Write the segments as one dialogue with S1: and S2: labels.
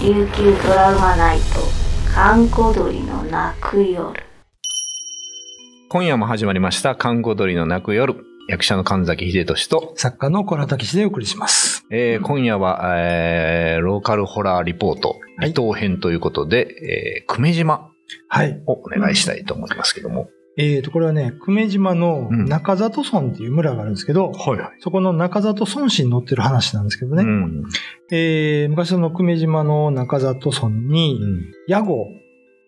S1: 琉球ドラマナイト閑古鳥の泣く夜
S2: 今夜も始まりました、看護鳥の泣く夜。役者の神崎秀俊と、
S3: 作家の小原武史でお送りします。
S2: えー今夜は、えーローカルホラーリポート、
S3: はい
S2: 伊藤編ということで、えー久米島
S3: はい。
S2: をお願いしたいと思いますけども。
S3: えーと、これはね、久米島の
S2: うん
S3: 中里村っていう村があるんですけど、
S2: はいはい。
S3: そこの中里村市に載ってる話なんですけどね、
S2: うん。
S3: えー昔その久米島の中里村に、屋号、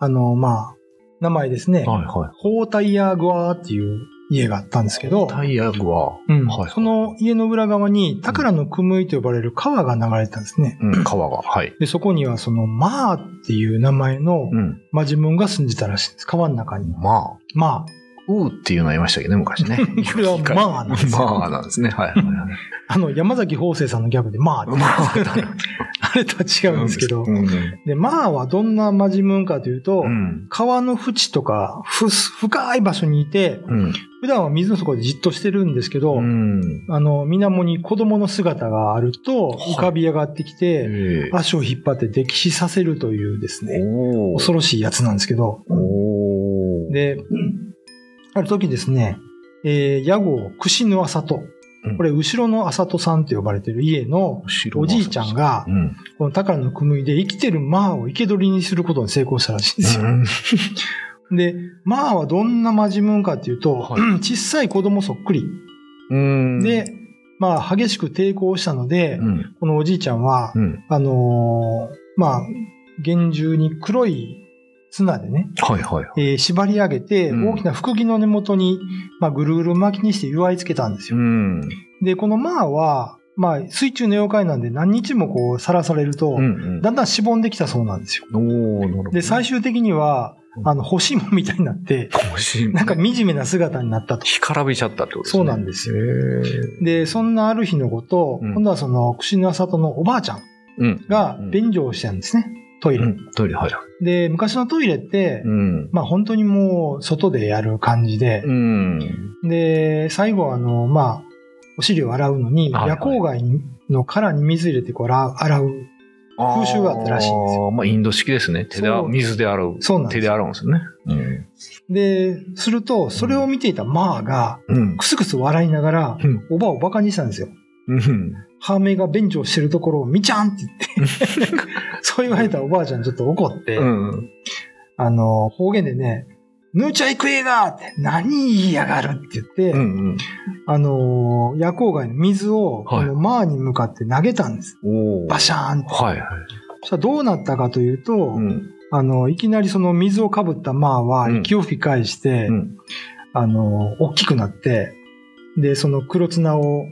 S3: あの、まあ、名前ですね、
S2: はいは
S3: ホータイヤグワーっていう家があったんですけど
S2: い。、タイヤ具は、
S3: うん
S2: はい
S3: その家の裏側に宝のクムイと呼ばれる川が流れてたんですね。
S2: うん、川が、はい。
S3: で、そこにはその、まあっていう名前の、
S2: うん。
S3: まあ自分が住んでたらしいんです。川の中に。
S2: まあ、
S3: まあ、
S2: うーっていうのはいましたけどね、 昔ね。
S3: これはまあなんですよ
S2: まあなんですね。はいはい はい。
S3: あの、山崎邦生さんのギャグで、まあっ
S2: ま
S3: て、
S2: あ
S3: あれとは違うんですけど
S2: う、ん。
S3: で、まあはどんなマジムーンかというと、
S2: うん。
S3: 川の淵とか、ふす、深い場所にいて、
S2: うん。
S3: 普段は水の底でじっとしてるんですけど、
S2: うん。
S3: あの、水面に子供の姿があると、
S2: はい
S3: 浮かび上がってき
S2: え
S3: て、
S2: え
S3: 足を引っ張って溺死させるというですね、
S2: おお。
S3: 恐ろしいやつなんですけど、
S2: おー
S3: で、ある時ですね、えー、屋号、串のあさと
S2: うん。
S3: これ、後ろのあさとさんって呼ばれてる家の
S2: 白
S3: お
S2: 馬さ
S3: じいちゃんが
S2: う、ん。
S3: この宝の組で生きてるマーを生け捕りにすることに成功したらしいんですよ。で、マーはどんなマジムンかっていうと、
S2: はい
S3: 小さい子供そっくり。
S2: うん。
S3: で、まあ、激しく抵抗したので、
S2: うん、
S3: このおじいちゃんは、
S2: うん。
S3: あのーまあ、厳重に黒い綱でね、
S2: はいはいはい。
S3: えー縛り上げて、
S2: うん
S3: 大きな服着の根元に、まあ、ぐるぐる巻きにして祝いつけたんです
S2: う
S3: よ。
S2: ん。
S3: で、このマーは、まあ、水中の妖怪なんで何日もこう、さらされると、
S2: うん
S3: だんだんしぼんできたそうなんですよ。
S2: うん、おーなるほど。
S3: で、最終的には
S2: う、ん
S3: あの、干し芋みたいになって、
S2: 初、
S3: なんか
S2: ね、
S3: 惨めな姿になったと。
S2: 干からびちゃったってことですね。
S3: そうなんですよ。
S2: よ。
S3: で、そんなある日のこと、
S2: うん
S3: 今度はその、串の里のおばあちゃん
S2: うん。
S3: が
S2: うん、
S3: 便乗をしてるんですね、トイレ。
S2: うん、トイレ入る。
S3: で、昔のトイレって、
S2: うん。
S3: まあ本当にもう、外でやる感じで
S2: う、ん。
S3: で、最後あの、まあ、お尻を洗うのに、
S2: はいはい
S3: 夜光貝の殻に水入れてこう洗う、洗う。風習があったらしいんです
S2: よ。まあ、インド式ですね。手で、
S3: そう
S2: 水で洗う。
S3: そうなん
S2: 手
S3: で。
S2: です洗うんですよね。
S3: で、すると、それを見ていたマーが、
S2: うん。
S3: くすくす笑いながら
S2: うん、
S3: おばをバカにしたんですよ。
S2: うん。
S3: ハーメイが便所をしてるところを見ちゃんって言って、 そう言われたおばあちゃんちょっと怒って、
S2: うん。
S3: あの、方言でね、ぬーちゃいくえがーって、何言いやがるって言って、
S2: うん。
S3: あの、夜光貝の水を、
S2: は
S3: こ
S2: い
S3: のマーに向かって投げたんです。
S2: おお。
S3: バシャーンって。
S2: はい。
S3: そしたらどうなったかというと、
S2: うん。
S3: あの、いきなりその水をかぶったマーは
S2: うん
S3: 息を吹き返して、
S2: うん
S3: あの、大きくなって、で、その黒綱を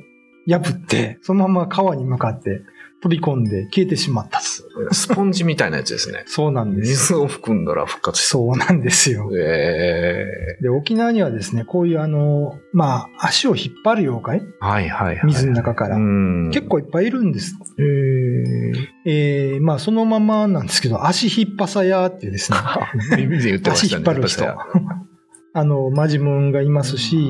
S3: 破って、そのまま川に向かって飛び込んで消えてしまったと。
S2: スポンジみたいなやつですね。
S3: そうなんです。
S2: 水を含んだら復活しそ
S3: そうなんですよ。
S2: う。ええ
S3: で、沖縄にはですね、こういうあの、まあ、足を引っ張る妖怪
S2: はいはいはい。
S3: 水の中から。
S2: うん。
S3: 結構いっぱいいるんです。
S2: えー。
S3: えー、まあ、そのままなんですけど、足引っ張さやーっていうで すね、
S2: 指で言ってま
S3: 足
S2: した
S3: 引っ
S2: ね。
S3: 張る人。あの、マジムンがいますし、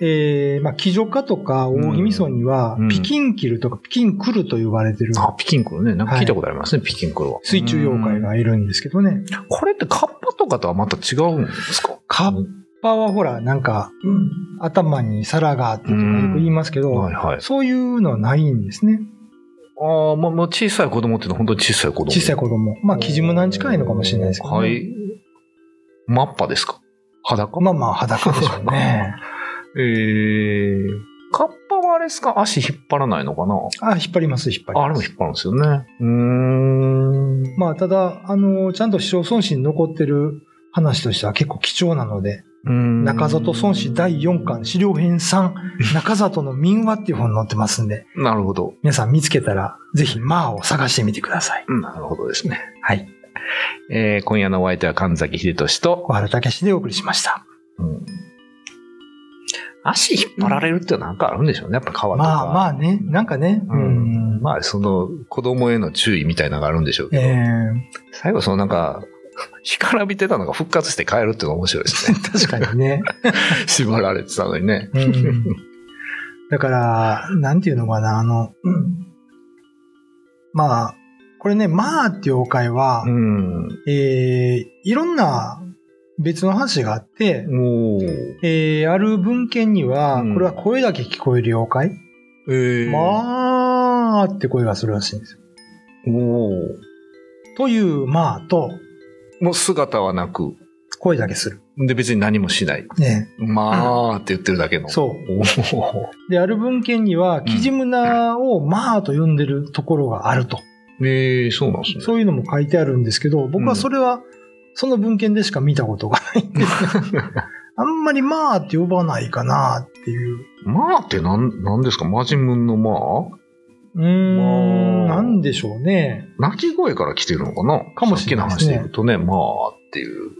S3: えー、まあ、騎乗家とか大宜味噌には
S2: うん、
S3: ピキンキルとかピキンクルと呼ばれてる
S2: あ、ピキンクルね。なんか聞いたことありますね、ピキンクルは。
S3: 水中妖怪がいるんですけどね。
S2: うん。これってカッパとかとはまた違うんですか
S3: カッパはほら、なんか、頭に皿があってとかよく言いますけど
S2: はい、はい。
S3: そういうのはないんですね。
S2: ああ、まあ、まあ、小さい子供っていうのは本当に小さい子供。
S3: 小さい
S2: 子
S3: 子供。まあ、キジムナに近いのかもしれないですけど、ね。
S2: はい。マッパですか裸
S3: まあまあ、裸でしょう ね。
S2: ええカッパはあれですか足引っ張らないのかな
S3: あ、引っ張ります、引っ張り
S2: ああれ
S3: ま
S2: も
S3: す。
S2: 引っ張るんですよね。うーん。
S3: まあ、ただ、あの、ちゃんと市町村市に残ってる話としては結構貴重なので、
S2: うん
S3: 中里村史第4巻資料編3、中 里の民話っていう本に載ってますんで、
S2: なるほど。
S3: 皆さん見つけたら、ぜひ、まあを探してみてください。
S2: なるほどですね。
S3: はい。
S2: えー、今夜のお相手は神崎秀俊と、
S3: 小原武史でお送りしました。
S2: 足引っ張られるってなんかあるんでしょうね。やっぱ川とか。
S3: まあまあね、なんかね、
S2: う
S3: うんん、まあ、
S2: まあ、その、子供への注意みたいなのがあるんでしょうけ
S3: え
S2: ど、
S3: ー、
S2: 最後そのなんか、 干からびてたのが復活して帰るっていうのが面白いですね。
S3: 確かにね。
S2: 縛られてたのにね。
S3: うん、だから、なんていうのかな、あの、まあ、これね、マーっていう妖怪は、
S2: うん。
S3: えーいろんな別の話があって、
S2: おお。
S3: えーある文献には、
S2: うん
S3: これは声だけ聞こえる妖怪、
S2: えー、
S3: まあって声がするらしいんですよ。
S2: おお。
S3: という、まあと、
S2: もう姿はなく。
S3: 声だけする。
S2: で、別に何もしない。
S3: ね。
S2: まあって言ってるだけの。う。
S3: そ
S2: おお。
S3: う。で、ある文献には、
S2: ん
S3: キジムナをまあと呼んでるところがあると。
S2: えー、そうなんですね。
S3: そういうのも書いてあるんですけど、僕
S2: う
S3: は
S2: ん
S3: それは、その文献でしか見たことがない んですねあんまりまあって呼ばないかなっていう。
S2: まあってなん、なんですかマジムンのまあ
S3: うーん、
S2: まあ
S3: なんでしょうね。
S2: 鳴き声から来てるのかな
S3: かもしれないです
S2: さ
S3: ね
S2: っきの話でいくとね、まあっていう。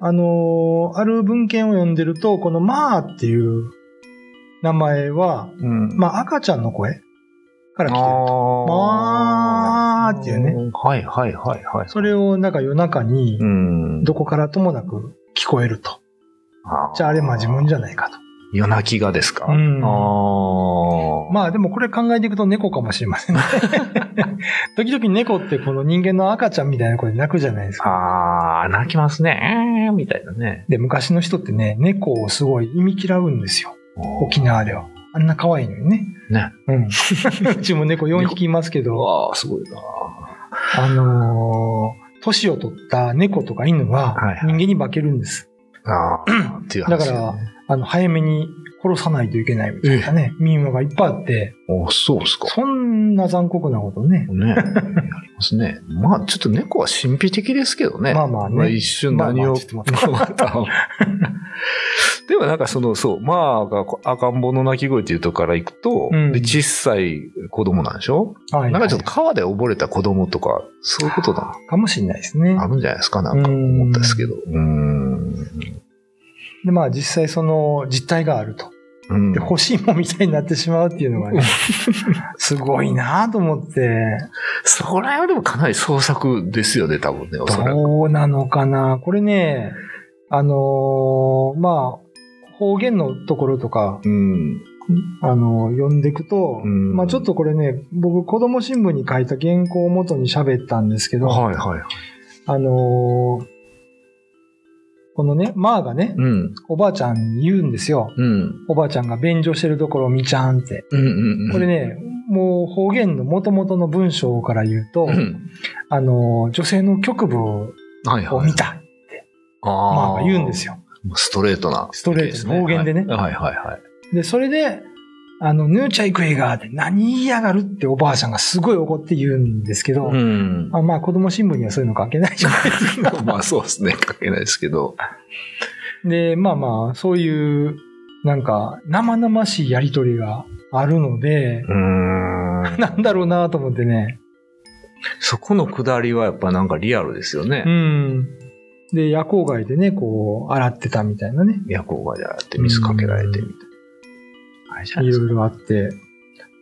S3: あのーある文献を読んでると、このまあっていう名前は、
S2: うん。
S3: まあ赤ちゃんの声から来てると。
S2: あ
S3: まあっていうね。
S2: はいはいはいはい。
S3: それをなんか夜中に
S2: う、ん。
S3: どこからともなく聞こえると。じゃああれまあ自分じゃないかと。
S2: 夜泣きがですか
S3: うん
S2: ああ。
S3: まあでもこれ考えていくと猫かもしれま せんね。時々猫ってこの人間の赤ちゃんみたいな声で泣くじゃないですか。
S2: ああ、泣きますね。えーみたいなね。
S3: で、昔の人ってね、猫をすごい忌み嫌うんですよ。沖縄では。あんな可愛いのにね。
S2: ね。
S3: うん。うちも猫4匹いますけ
S2: う
S3: ど、
S2: わあ、すごいな。
S3: あのー、年を取った猫とか犬は
S2: はいはい
S3: 人間に化けるんです。
S2: ああ、っていう話、ね。
S3: だから、あの、早めに殺さないといけないみたいなね、民話がいっぱいあって、
S2: おそうですか。
S3: そんな残酷なことね。
S2: ね。ありますね。 まあ、ちょっと猫は神秘的ですけどね。
S3: まあまあね
S2: 一瞬何
S3: まあま
S2: を
S3: あちょっ。と待って
S2: ま たでもなんかその、そう、まあが赤ん坊の鳴き声っていうとこから行くと、
S3: うん
S2: で、小さい子供なんでしょ、
S3: はい
S2: なんかちょっと川で溺れた子供とか、そういうことだ。
S3: かもしれないですね。
S2: あるんじゃないですかなんか思ったんですけど。うーん。
S3: で、まあ実際その実態があると。
S2: うん
S3: で、欲しいもんみたいになってしまうっていうのがね、すごいなと思って、
S2: それはでもかなり創作ですよね、多分ね、おそらく。
S3: どうなのかなこれね、あのーまあ、方言のところとか、
S2: うん。
S3: あのー読んでいくと、
S2: うん
S3: まあちょっとこれね、僕、子供新聞に書いた原稿を元に喋ったんですけど、
S2: はいはい。
S3: あのーこのね、まあがね、
S2: うん。
S3: おばあちゃんに言うんですよ。
S2: うん。
S3: おばあちゃんが便乗してるところをみちゃんって。
S2: うんうんうん。
S3: これね、もう方言の元々の文章から言うと、
S2: うん。
S3: あのー、女性の局部を
S2: はいはい。
S3: 見た、まあ
S2: あ
S3: が
S2: あ。
S3: 言うんですよ。
S2: ストレートな。
S3: ストレートな方言でね
S2: はいはいはいはい。
S3: で、それで、あの、ヌーチャイクエガーで何言いやがるっておばあちゃんがすごい怒って言うんですけど、
S2: うん。
S3: まあまあ子供新聞にはそういうの関係ないじゃない ですか。
S2: まあそうですね。書けないですけど。
S3: で、まあまあ、そういう、なんか、生々しいやりとりがあるので、
S2: うーん。
S3: なんだろうなと思ってね。
S2: そこのくだりはやっぱなんかリアルですよね
S3: う。ん。で、夜光街でね、こう、洗ってたみたいなね、
S2: 夜行がじゃあって水かけられてみたいな。あれじゃない
S3: い
S2: ですか。
S3: ろいろあって、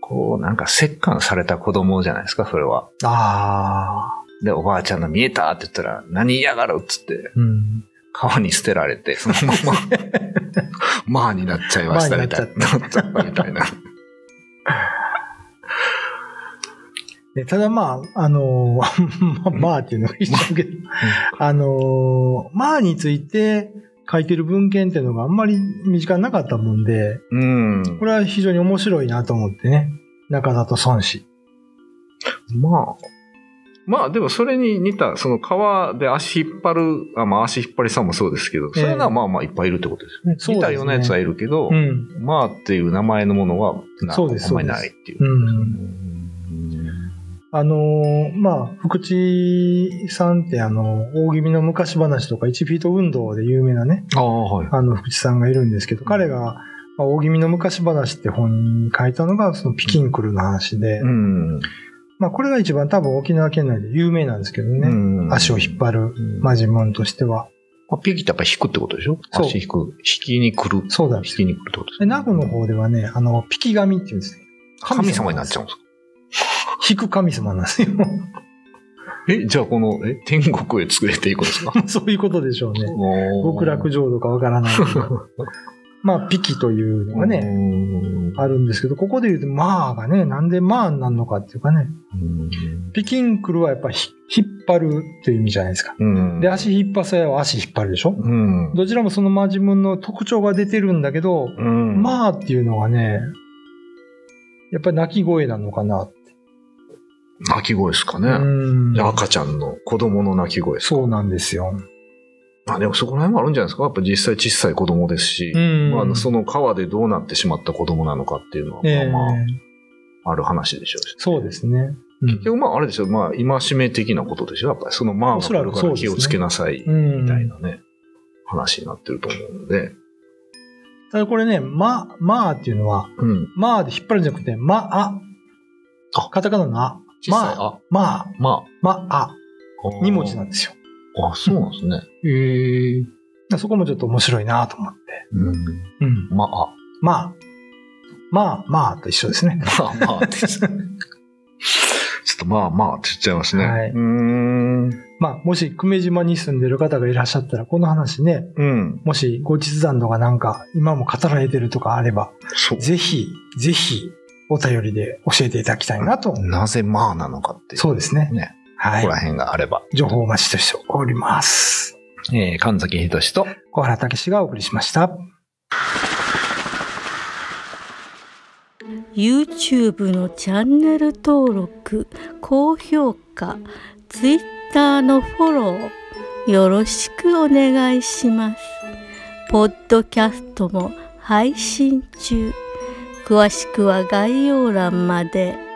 S2: こう、なんか折檻された子供じゃないですか、それは。
S3: ああ、
S2: で、おばあちゃんの見えたって言ったら、何言いやがるっつって、
S3: うん。
S2: 川に捨てられて、その まま、まあになっちゃいましたみたいな。なっちゃったみたいな。
S3: でただまあ、あのー まあまあっていうのが一緒だけど、あのーまあについて書いてる文献っていうのがあんまり身近になかったもんで、
S2: うん。
S3: これは非常に面白いなと思ってね。中里孫子。
S2: まあ。まあでもそれに似た、その川で足引っ張る、あまあ足引っ張りさんもそうですけど、
S3: ええ
S2: そういうのはまあまあいっぱいいるってことですよね。
S3: そうですね
S2: 似たようなやつはいるけど、
S3: うん。
S2: まあっていう名前のものはな、
S3: そうです
S2: あんまりないっていうう。
S3: ん。あのーまあ、福地さんってあの、大気味の昔話とか1フィート運動で有名なね、
S2: ああ、はい。
S3: あの、福地さんがいるんですけど、彼が、まあ、大気味の昔話って本に書いたのが、そのピキンクルの話で、
S2: うん。
S3: まあ、これが一番多分沖縄県内で有名なんですけどね。
S2: うん
S3: 足を引っ張る
S2: うん
S3: マジモンとしては。
S2: まあ、ピキってやっぱ引くってことでしょ
S3: そう
S2: 足引く。引きに来る。
S3: そうなん
S2: 引
S3: です
S2: きに来るってことです
S3: で、名護の方ではね、あの、ピキ神っていうんですね。
S2: 神様になっちゃうんですか
S3: 引く神様なんですよ。
S2: え、じゃあこの、え、天国へ連れて行くんですか
S3: そういうことでしょうね。極楽浄土かわからないけど。まあ、ピキというのが
S2: う
S3: ね、
S2: ん
S3: あるんですけど、ここで言うと、まあがね、なんでまあになるのかっていうかね、ピキンクルはやっぱり引っ張るという意味じゃないですか。
S2: うん。
S3: で、足引っ張せは足引っ張るでしょ
S2: うん。
S3: どちらもそのまあ自分の特徴が出てるんだけど、
S2: うん。あ、
S3: まあっていうのがね、やっぱり泣き声なのかな。
S2: 泣き声ですかね。
S3: うん
S2: 赤ちゃんの子供の泣き声です
S3: そうなんですよ。
S2: まあでもそこら辺もあるんじゃないですか。やっぱ実際小さい子供ですし、
S3: ん
S2: まあその川でどうなってしまった子供なのかっていうのは、
S3: ええ
S2: まあまあ、ある話でしょうし。
S3: そうですね。
S2: でもまああれですよ、まあ戒め的なことでしょ。やっぱりそのまあ
S3: おそら
S2: る
S3: く
S2: か
S3: そう
S2: ら
S3: です
S2: 気
S3: ね
S2: をつけなさい
S3: うん
S2: みたいなね、話になってると思うんで。
S3: ただこれね、ま、まあっていうのは、
S2: うん。
S3: まあで引っ張るんじゃなくて、まあ。
S2: あ
S3: カタカナのあ。
S2: 実際、あ、
S3: まあ、
S2: ま
S3: まあ、
S2: あ。
S3: 二文字なんんですよ。
S2: あ、そうなんですね。
S3: へえ。そこもちょっと面白いなと思って。
S2: うん。
S3: うん。
S2: まあ。
S3: まあ、まあ、まあと一緒ですね。
S2: まあ まあって。ちょっとまあまあって言っちゃいますね。
S3: はいう
S2: ーん。
S3: まあ、もし久米島に住んでる方がいらっしゃったら、この話ね、
S2: うん。
S3: もし後日談とかなんか、今も語られてるとかあれば、
S2: そう。
S3: ぜひ、ぜひ、お便りで教えていただきたいなと。
S2: なぜまあなのかっていう。
S3: そうですね。
S2: ね。
S3: は
S2: こ
S3: い
S2: こ。ら辺があれば。
S3: 情報をお待ちとしております。
S2: えー、神崎仁と。
S3: 小原武史がお送りしました。
S4: YouTube のチャンネル登録高評価 Twitter のフォローよろしくお願いしますポッドキャストも配信中詳しくは概要欄まで。